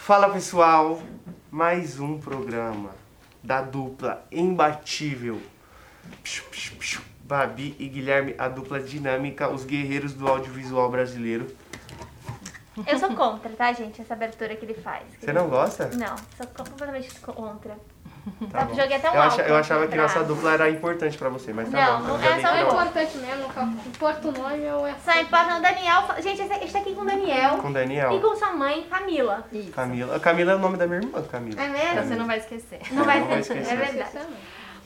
Fala pessoal, mais um programa da dupla imbatível. Psh, psh, psh. Babi e Guilherme, a dupla dinâmica, os guerreiros do audiovisual brasileiro. Eu sou contra, tá, gente? Essa abertura que ele faz. Você não gosta? Não, sou completamente contra. Tá Eu joguei até um eu, acha- álcool eu achava que atrás. nossa dupla era importante pra você, mas tá Não, bom. não eu já é dei só pra eu. nós. importante mesmo, não importa o nome ou é Só importa o Daniel. Gente, esse- a gente tá aqui com o Daniel Com Daniel. e com sua mãe, Camila. Isso. Camila. Camila é o nome da minha irmã, Camila. É mesmo? Camila. Você não vai esquecer. Não vai, Não vai esquecer. esquecer. É verdade.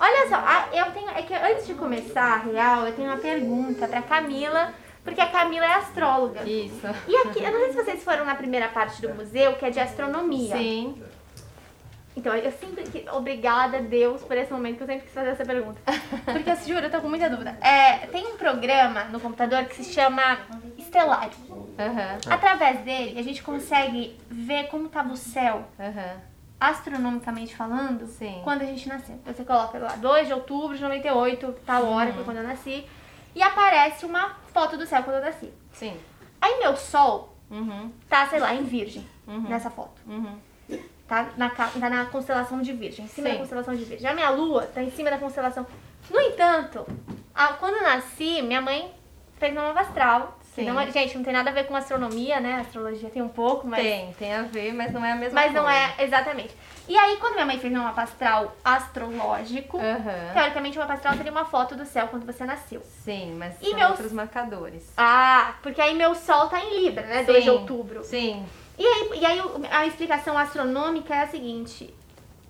Olha só, ah, eu tenho. É que antes de começar, real, eu tenho uma pergunta pra Camila, porque a Camila é astróloga. Isso. E aqui, eu não sei se vocês foram na primeira parte do museu, que é de astronomia. Sim. Então, eu sempre. que- Obrigada, Deus, por esse momento que eu sempre quis fazer essa pergunta. Porque eu juro, eu tô com muita dúvida. É, tem um programa no computador que se chama Estelar. Aham. Através dele, a gente consegue ver como tava o céu, Aham. astronomicamente falando, Sim. quando a gente nasceu. Então, Você coloca lá 2 de outubro de 98, tal hora, foi quando eu nasci, e aparece uma foto do céu quando eu nasci. Sim. Aí meu sol Uhum. tá, sei lá, em virgem, nessa foto. Uhum. Tá na, ca- tá na constelação de Virgem, em cima Sim. da constelação de Virgem. A minha lua tá em cima da constelação. No entanto, a- quando eu nasci, minha mãe fez uma nova astral. que Sim. não é- gente, não tem nada a ver com astronomia, né? Astrologia tem um pouco, mas. Tem, tem a ver, mas não é a mesma Mas coisa. não é exatamente. E aí, quando minha mãe fez meu mapa astral astrológico, Aham. teoricamente o mapa astral seria uma foto do céu quando você nasceu. Sim, mas E são meus- outros marcadores. Ah, porque aí meu sol tá em Libra, né? 2 de Sim. outubro. Sim. E aí, e aí o- a explicação astronômica é a seguinte: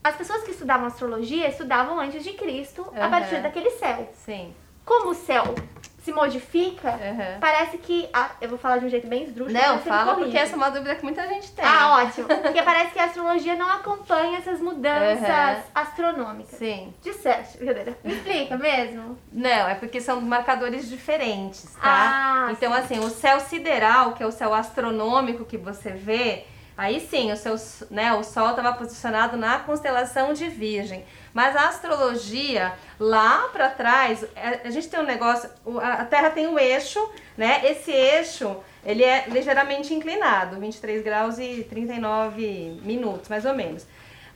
as pessoas que estudavam astrologia estudavam antes de Cristo, a Aham. partir daquele céu. Sim. Como o céu se modifica, Aham. parece que. ah, eu vou falar de um jeito bem esdrúxulo. É. Não, mas você me fala corrige. porque essa é uma dúvida que muita gente tem. Ah, ótimo. Porque parece que a astrologia não acompanha essas mudanças Aham. astronômicas. Sim. De certo, brincadeira. Me explica mesmo. Não, é porque são marcadores diferentes, tá? Ah, então, assim, o céu sideral, que é o céu astronômico que você vê, aí sim, o, seu, né, o Sol estava posicionado na constelação de Virgem. Mas a astrologia, lá pra trás, a, a gente tem um negócio, o- a, a Terra tem um eixo, né? Esse eixo, ele é ligeiramente inclinado, 23 graus e 39 minutos, mais ou menos.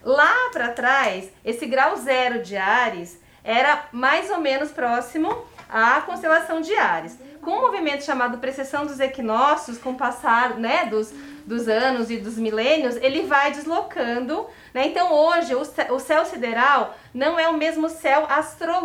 Lá pra trás, esse grau zero de Ares era mais ou menos próximo à constelação de Ares. Com um movimento chamado precessão dos equinócios, com o passar né, dos, dos anos e dos milênios, ele vai deslocando. Né? Então hoje o, cé- o céu sideral não é o mesmo céu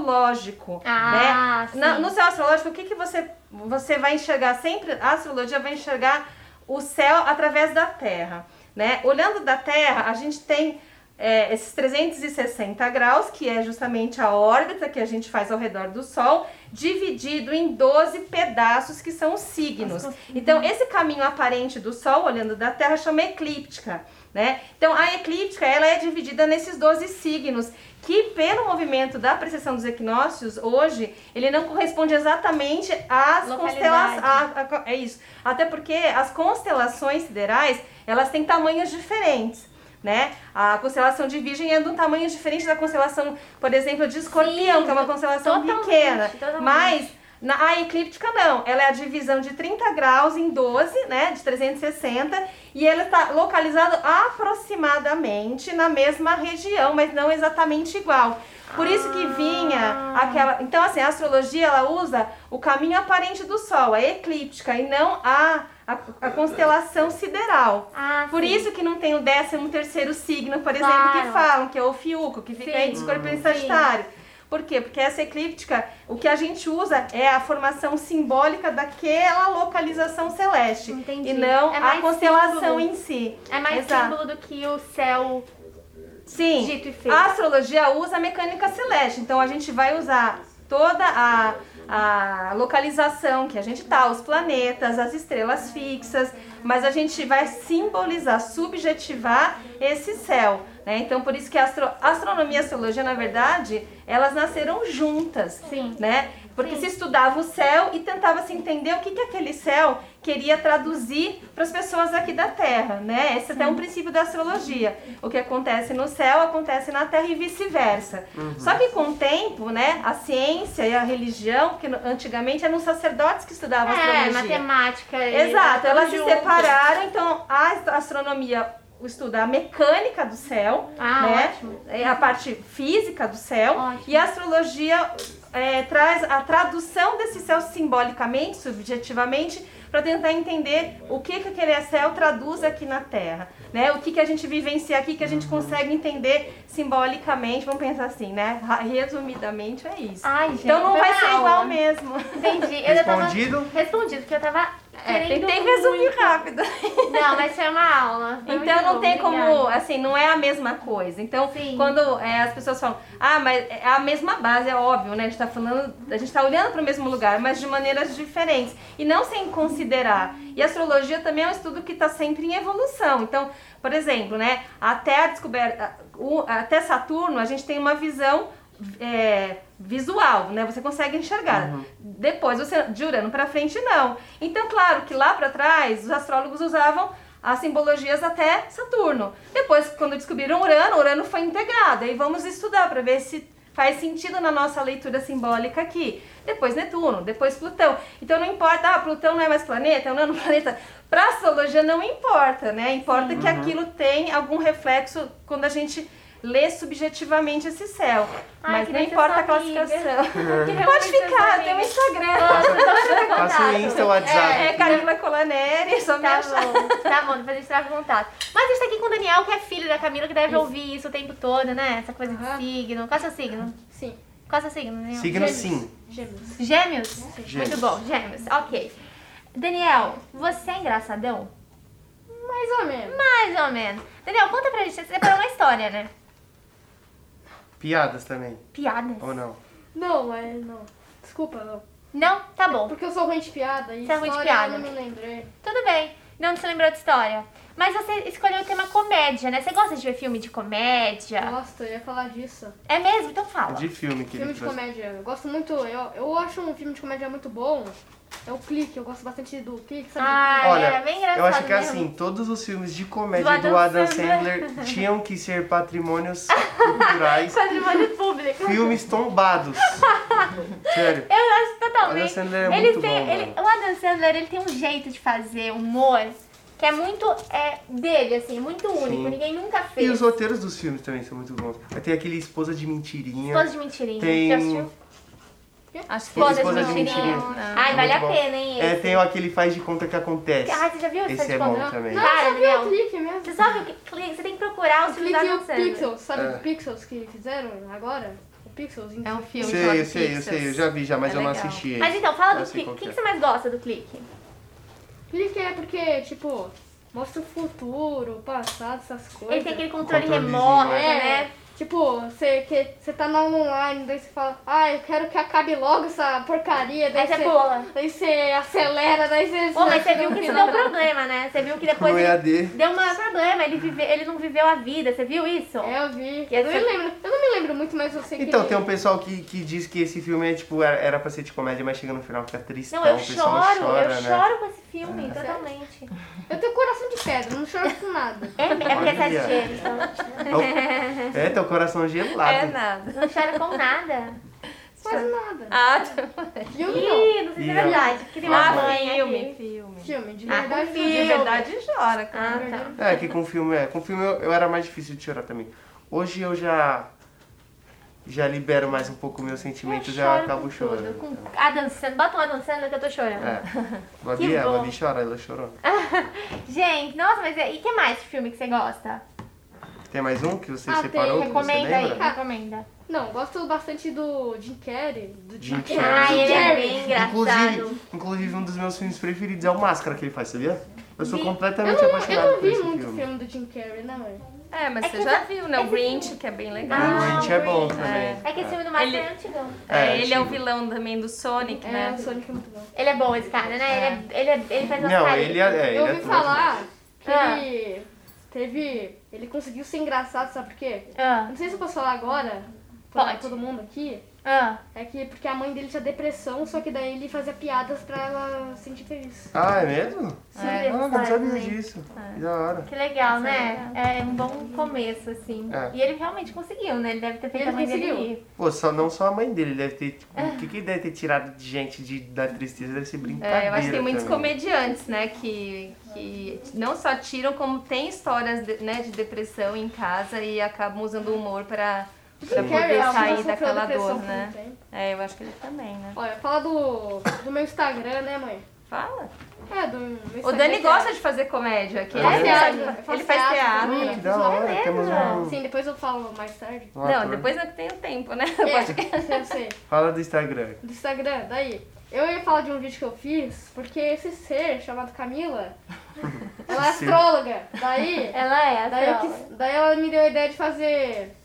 astrológico. Ah, né? Na- sim. no céu astrológico, o que, que você, você vai enxergar sempre? A astrologia vai enxergar o céu através da Terra. Né? Olhando da Terra, a gente tem é, esses 360 graus, que é justamente a órbita que a gente faz ao redor do Sol, dividido em 12 pedaços que são os signos. Então, esse caminho aparente do Sol, olhando da Terra, chama eclíptica. Né? Então, a eclíptica ela é dividida nesses 12 signos, que pelo movimento da precessão dos equinócios, hoje, ele não corresponde exatamente às Localidade. constelações. A- a- é isso. Até porque as constelações siderais, elas têm tamanhos diferentes, né? A constelação de Virgem é de um tamanho diferente da constelação, por exemplo, de Escorpião, Sim, que é uma constelação totalmente, pequena. totalmente. Mas na, a eclíptica não, ela é a divisão de 30 graus em 12, né, de 360, e ela está localizada aproximadamente na mesma região, mas não exatamente igual. Por isso que vinha aquela. Então, assim, a astrologia ela usa o caminho aparente do Sol, a eclíptica, e não a, a, a constelação sideral. Ah, Por sim. isso que não tem o 13 terceiro signo, por exemplo, Claro. que falam, que é o Fiuco, que fica Sim. entre escorpião e sagitário. Por quê? Porque essa eclíptica, o que a gente usa é a formação simbólica daquela localização celeste. Entendi. E não É a mais constelação símbolo. em si. É mais Exato. símbolo do que o céu. Sim. Dito e feito. A astrologia usa a mecânica celeste, então a gente vai usar toda a, a localização que a gente tá, os planetas, as estrelas fixas, mas a gente vai simbolizar, subjetivar esse céu. né? Então, por isso que a astro- astronomia e astrologia, na verdade, elas nasceram juntas, Sim. né? Porque Sim. se estudava o céu e tentava se entender o que, que aquele céu queria traduzir para as pessoas aqui da Terra, né? Esse até é um princípio da astrologia. O que acontece no céu acontece na Terra e vice-versa. Só que com o tempo, né, a ciência e a religião, que no- antigamente eram os sacerdotes que estudavam É, astrologia. matemática. e- Exato, tudo elas se junto. separaram, então a ast- astronomia estuda a mecânica do céu, Ah, né? ótimo. É a parte física do céu, Ótimo. e a astrologia é, traz a tradução desse céu simbolicamente, subjetivamente, para tentar entender o que, que aquele céu traduz aqui na Terra, né? O que, que a gente vivencia aqui, que a gente consegue entender simbolicamente, vamos pensar assim, né? Ra- Resumidamente é isso. Ai, gente, então não foi vai uma ser aula. igual mesmo. Entendi. Eu já tava... Respondido? Respondido, porque eu tava É, querendo... tentei resumir rápido. Não, mas foi uma aula. Foi muito Então não bom, tem como, obrigada. assim, não é a mesma coisa. Então, Sim. quando é, as pessoas falam, ah, mas é a mesma base, é óbvio, né? A gente tá falando, a gente tá olhando para o mesmo lugar, mas de maneiras diferentes. E não sem considerar. E a astrologia também é um estudo que está sempre em evolução. Então, por exemplo, né, até a descoberta, o- até Saturno, a gente tem uma visão. é, visual, né? Você consegue enxergar. Depois, você de Urano para frente não. Então, claro que lá para trás os astrólogos usavam as simbologias até Saturno. Depois, quando descobriram Urano, Urano foi integrado. Aí vamos estudar para ver se faz sentido na nossa leitura simbólica aqui. Depois Netuno, depois Plutão. Então não importa, ah, Plutão não é mais planeta, Urano é um planeta. Para astrologia não importa, né? Importa que aquilo tem algum reflexo quando a gente lê subjetivamente esse céu. Ai, Mas não queria ser importa a sua amiga. classificação. Que realmente Pode eu sou ficar, amiga. tem um Instagram. Nossa, então fica em Passa o contato. Insta, o WhatsApp. É Camila Colaneri, só me Tá achar. bom, tá bom, depois a gente trava o contato. Mas a gente tá aqui com o Daniel, que é filho da Camila, que deve ouvir isso o tempo todo, né? Essa coisa de Aham. signo. Qual é o seu signo? Sim. Qual é o seu signo, Daniel? Signo sim. Gêmeos. Gêmeos? Muito Gêmeos. bom, gêmeos. Ok. Daniel, você é engraçadão? Mais ou menos. Mais ou menos. Daniel, conta pra gente. Você separou uma história, né? Piadas também, Piadas. ou não? Não, mas não. Desculpa, não. Não? Tá bom. Porque eu sou ruim de piada. E Você é ruim de história piada. Eu não me lembrei. Tudo bem. Não se lembrou de história. Mas você escolheu o tema comédia, né? Você gosta de ver filme de comédia? Gosto, eu ia falar disso. É mesmo? Então fala. De filme que filme ele de trouxe. comédia. Eu gosto muito. Eu, eu acho um filme de comédia muito bom. É o Clique. Eu gosto bastante do Clique. Sabe? Ah, Olha, era bem engraçado Eu acho que mesmo. assim, todos os filmes de comédia Do do Adam Adam, Sandler. Sandler, tinham que ser patrimônios culturais, Patrimônio público. filmes tombados. Sério. Eu acho Adam totalmente. Sandler é ele muito tem, bom, ele, mano. o Adam Sandler ele tem um jeito de fazer humor que é muito é, dele, assim, muito único. Sim. Ninguém nunca fez. E os roteiros dos filmes também são muito bons. Aí Tem aquele Esposa de Mentirinha. Esposa de mentirinha. Já Tem. assistiu? Acho Esposa de Esposa de mentirinha. Mentirinha. Ai, vale a bom. pena, hein? É, esse. tem aquele Faz de Conta que Acontece. Ai, você já viu Esse de é conta? bom também. Não, Cara, eu sabia Daniel. o Clique mesmo. Você sabe o que clique? Você tem que tá procurar O os filmes do Clique e Adam o Sandler. Pixels. Sabe É. o Pixels que fizeram agora? O Pixels. É um filme chamado Sei, eu sei, eu sei, eu Pixels. já vi já, mas É eu não legal. assisti. Mas esse. então, fala Eu do sei clique. qual O que, que que é. você mais gosta do clique? Clique é porque, tipo, mostra o futuro, o passado, essas coisas. Ele tem aquele controle controlezinho, remoto, É, né? tipo, você que você tá na online, daí você fala, ah, eu quero que acabe logo essa porcaria, daí Aí você pula. Daí você acelera, daí você. é Ô, mas você viu que isso é deu problema, né? Você viu que depois No ele EAD. deu um maior problema, ele, vive, ele não viveu a vida, você viu isso? É, eu vi. Que Eu não, me essa- lembro, eu não me lembro muito, mas eu sei que. Então, tem um pessoal que, que diz que esse filme é, tipo, era, era pra ser de comédia, mas chega no final fica triste. Não, eu Então, o pessoal choro, chora, eu né? choro com esse filme, totalmente. Eu tenho coração de pedra, não choro com nada. É, é porque é sete Olha. gêmeos, então Então, É, teu coração gelado. É nada. não chora com nada. É Quase nada. Ah, tá. Filme não. Ih, não sei se é Ih, ó. verdade. Queria uma Ah, mãe filme, aqui. filme. Filme, de Ah, verdade. confia. De verdade chora, Ah, cara. tá. É, que com filme, é, com filme eu, eu era mais difícil de chorar também. Hoje eu já já libero mais um pouco meus sentimentos, Eu já choro acabo com chorando. tudo, com a dançando, bota uma dançando que eu tô chorando. É. Babi, a bom. Babi chora, ela chorou. Gente, nossa, mas é- e que mais de filme que você gosta? Tem mais um que você Ah, tem, separou? que você Recomenda aí, lembra? recomenda. Não, eu gosto bastante do Jim Carrey. Do Jim Ai, Carrey. ele é Jerry. bem engraçado. Inclusive, inclusive, um dos meus filmes preferidos é o Máscara que ele faz, sabia? Eu sou Vi. completamente Eu não, apaixonado eu não por vi esse muito filme. filme do Jim Carrey, não é? É, mas É que você já esse- viu, né? esse O Grinch, que é bem legal. Ah, O Grinch é bom Grinch. também. É que esse filme do Márcio Ele- é antigão. É, É, ele é o tipo- vilão também do Sonic, É, né? o Sonic é muito bom. Ele é bom esse cara, né? Ele, é- ele, é- ele faz umas Não, caras. ele é, é, ele eu é ouvi trouxa. falar que Ah. ele Teve. Ele conseguiu ser engraçado, sabe por quê? Eu Ah, Não sei se eu posso falar agora. pra Pode. todo mundo aqui. ah. É que porque a mãe dele tinha depressão, só que daí ele fazia piadas pra ela sentir feliz. Ah, é mesmo? É. Ah, não sabia Né? disso. Que Da hora. Que legal, Isso né? É um bom começo, assim. É. E ele realmente conseguiu, né? Ele deve ter feito Ele a mãe dele conseguiu. rir. Pô, só não só a mãe dele deve ter. tipo, O que, que deve ter tirado de gente de, da tristeza deve ser brincadeira. É. É, eu acho que tem muitos Tá também. comediantes, né, que, que não só tiram, como tem histórias de, né, de depressão em casa e acabam usando o humor para pra Carrie, poder ela sair sofreu daquela depressão dor, por um né? tempo. É, eu acho que ele também, né? Olha, fala do, do meu Instagram, né, mãe? Fala. É, do meu Instagram. O Dani que gosta de fazer comédia aqui. é- Ele, Faz Faz sabe- teatro. ele faz teatro. Hum, da hora, temos um- Sim, depois eu falo mais tarde. um né? Não, ator. depois eu tenho tempo, né? É, eu sei. Fala do Instagram. Do Instagram, daí. Eu ia falar de um vídeo que eu fiz, porque esse ser chamado Camila, ela é Sim. astróloga. Daí, Ela é, daí, eu ela quis- daí ela me deu a ideia de fazer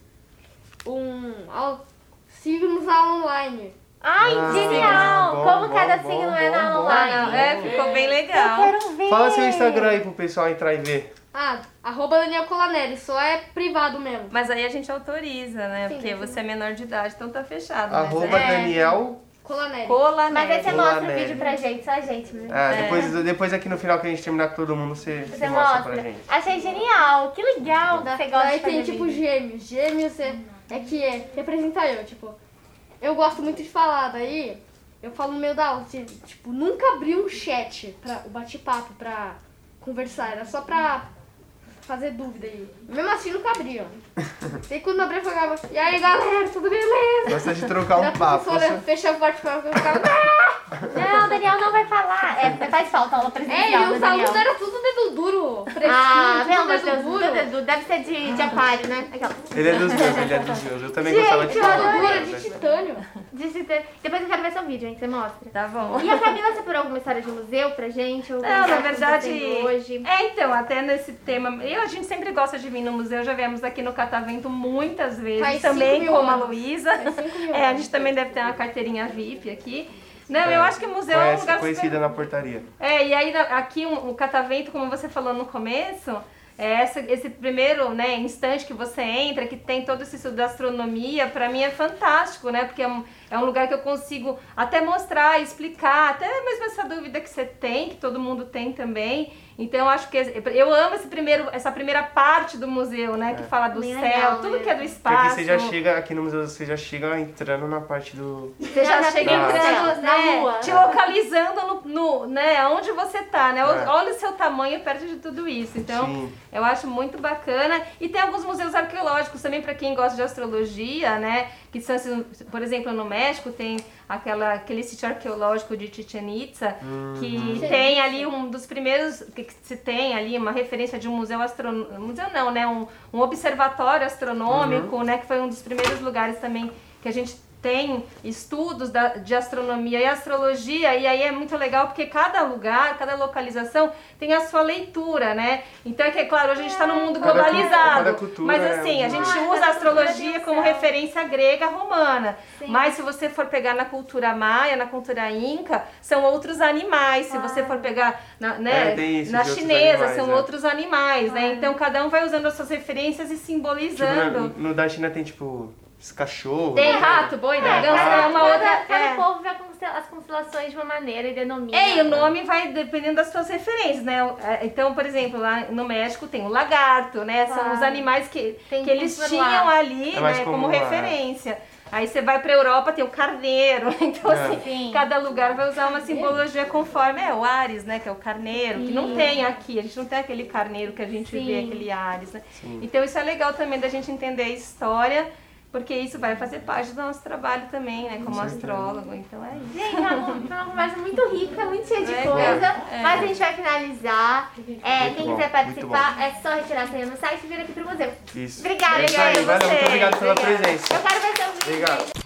um ao- signos lá online. Ai, Ah, genial! bom, Como bom, cada bom, signo bom, é na bom. Não, online. é, ficou bem legal. Eu quero ver! Fala seu Instagram aí pro pessoal entrar e ver. Ah, arroba Daniel Colanelli, só é privado mesmo. Mas aí a gente autoriza, né? Sim, Porque sim. você é menor de idade, então tá fechado. né? Arroba é. Daniel. Colanelli. Cola Mas aí você Vou lá mostra o nele. vídeo pra gente, só a gente. né? É. Ah, depois, depois aqui no final que a gente terminar com todo mundo, você, você Você mostra mostra. pra gente. Achei genial! Que legal que você gosta Daí de tem fazer tipo vídeo. gêmeos. Gêmeos é, é que é, representa eu, tipo. Eu gosto muito de falar, daí eu falo no meio da aula, assim, tipo, nunca abri um chat, pra, o bate-papo pra conversar, era só pra fazer dúvida aí. Mesmo assim nunca abri, ó. Daí quando eu abri eu falava, e aí galera, tudo beleza? Gosta de trocar Daí um a papo. professora fechava o bate-papo e eu ficava, "Ah!" Não, o Daniel não vai falar. É, faz falta a aula é, presencial e do os Daniel. alunos eram tudo dedo duro, fresquinho, Ah, tipo, pelo tudo é amor de dedo Deus, duro. tudo dedo duro. Deve ser de, de aquário, né? Aquela. Ele é dos meus, ele é dos meus. Eu também gostava de Gente, falar. dedo duro né? de titânio. de se ter- Depois eu quero ver seu vídeo, hein? que Você mostra. Tá bom. E a Camila separou alguma história de museu pra gente? Ou Não, na alguma coisa verdade. que você tem Hoje? É, então, até nesse tema. Eu, a gente sempre gosta de vir no museu, já viemos aqui no Catavento muitas vezes, Faz cinco também mil como a anos. Luísa. Faz cinco mil É, a anos. gente também deve ter uma carteirinha VIP aqui. Não, É, eu acho que o museu é um Conhece- lugar super- Conhecida na portaria. É, e aí na- aqui um- o catavento, como você falou no começo, é essa- esse primeiro né, instante que você entra, que tem todo esse estudo da astronomia, pra mim é fantástico, né? Porque é um, é um lugar que eu consigo até mostrar, explicar, até mesmo essa dúvida que você tem, que todo mundo tem também. Então eu acho que esse- eu amo esse primeiro, essa primeira parte do museu, né? Que fala do Bem céu, legal, tudo né? que é do Porque espaço. É. aqui você já chega, aqui no museu você já chega entrando na parte do. Você já Na- chega na- entrando, tá na né, rua. te localizando no, no, né, onde você tá, né? É. Olha o seu tamanho perto de tudo isso. Então, Sim. eu acho muito bacana. E tem alguns museus arqueológicos também para quem gosta de astrologia, né? Que são, esses- por exemplo, no México tem aquela, aquele sítio arqueológico de Chichen Itza, Uhum. que tem ali um dos primeiros que que se tem ali uma referência de um museu astronômico, museu não, né? Um, um observatório Uhum. astronômico, né? Que foi um dos primeiros lugares também que a gente tem estudos da- de astronomia e astrologia, e aí é muito legal porque cada lugar, cada localização tem a sua leitura, né? Então é que, é claro, hoje a gente está num mundo Cada cu- globalizado, cada cultura mas é assim, um- a Ah, gente usa cada a cultura astrologia tem um como céu. referência grega romana, Sim. mas se você for pegar na cultura maia, na cultura inca, são outros animais, se você for pegar na, né, É, tem isso, na de outros chinesa, animais, são é. outros animais, né? Então cada um vai usando as suas referências e Tipo, simbolizando. no, no da China tem tipo. Esse cachorro. Tem né? rato, boi, dragão, rato. é uma Cada- outra. Cada é. povo vê a constel- as constelações de uma maneira e denomina. É, e o nome vai dependendo das suas referências, né? É, Então, por exemplo, lá no México tem o lagarto, né? São Claro. os animais que, Tem que eles tudo tinham lá. ali, É mais né? Como comum lá, referência. Aí você vai pra Europa, tem o carneiro. Então, É. assim, Sim. cada lugar vai usar uma simbologia conforme. É, o Ares, né? Que é o carneiro, que não tem aqui. A gente não tem aquele carneiro que a gente vê, Sim. aquele Ares, né? Então, isso é legal também da gente entender a história. Porque isso vai fazer parte do nosso trabalho também, né? Como astrólogo. Então é isso. Gente, é uma foi uma conversa muito rica, muito cheia de É, coisa. é. Mas a gente vai finalizar. É, Muito quem bom, muito quiser participar, é só retirar a senha no site e vir aqui pro museu. Isso. Obrigada, é isso aí, obrigada valeu, a muito vocês, obrigado pela obrigada. presença. Eu quero ver seu vídeo. Obrigado.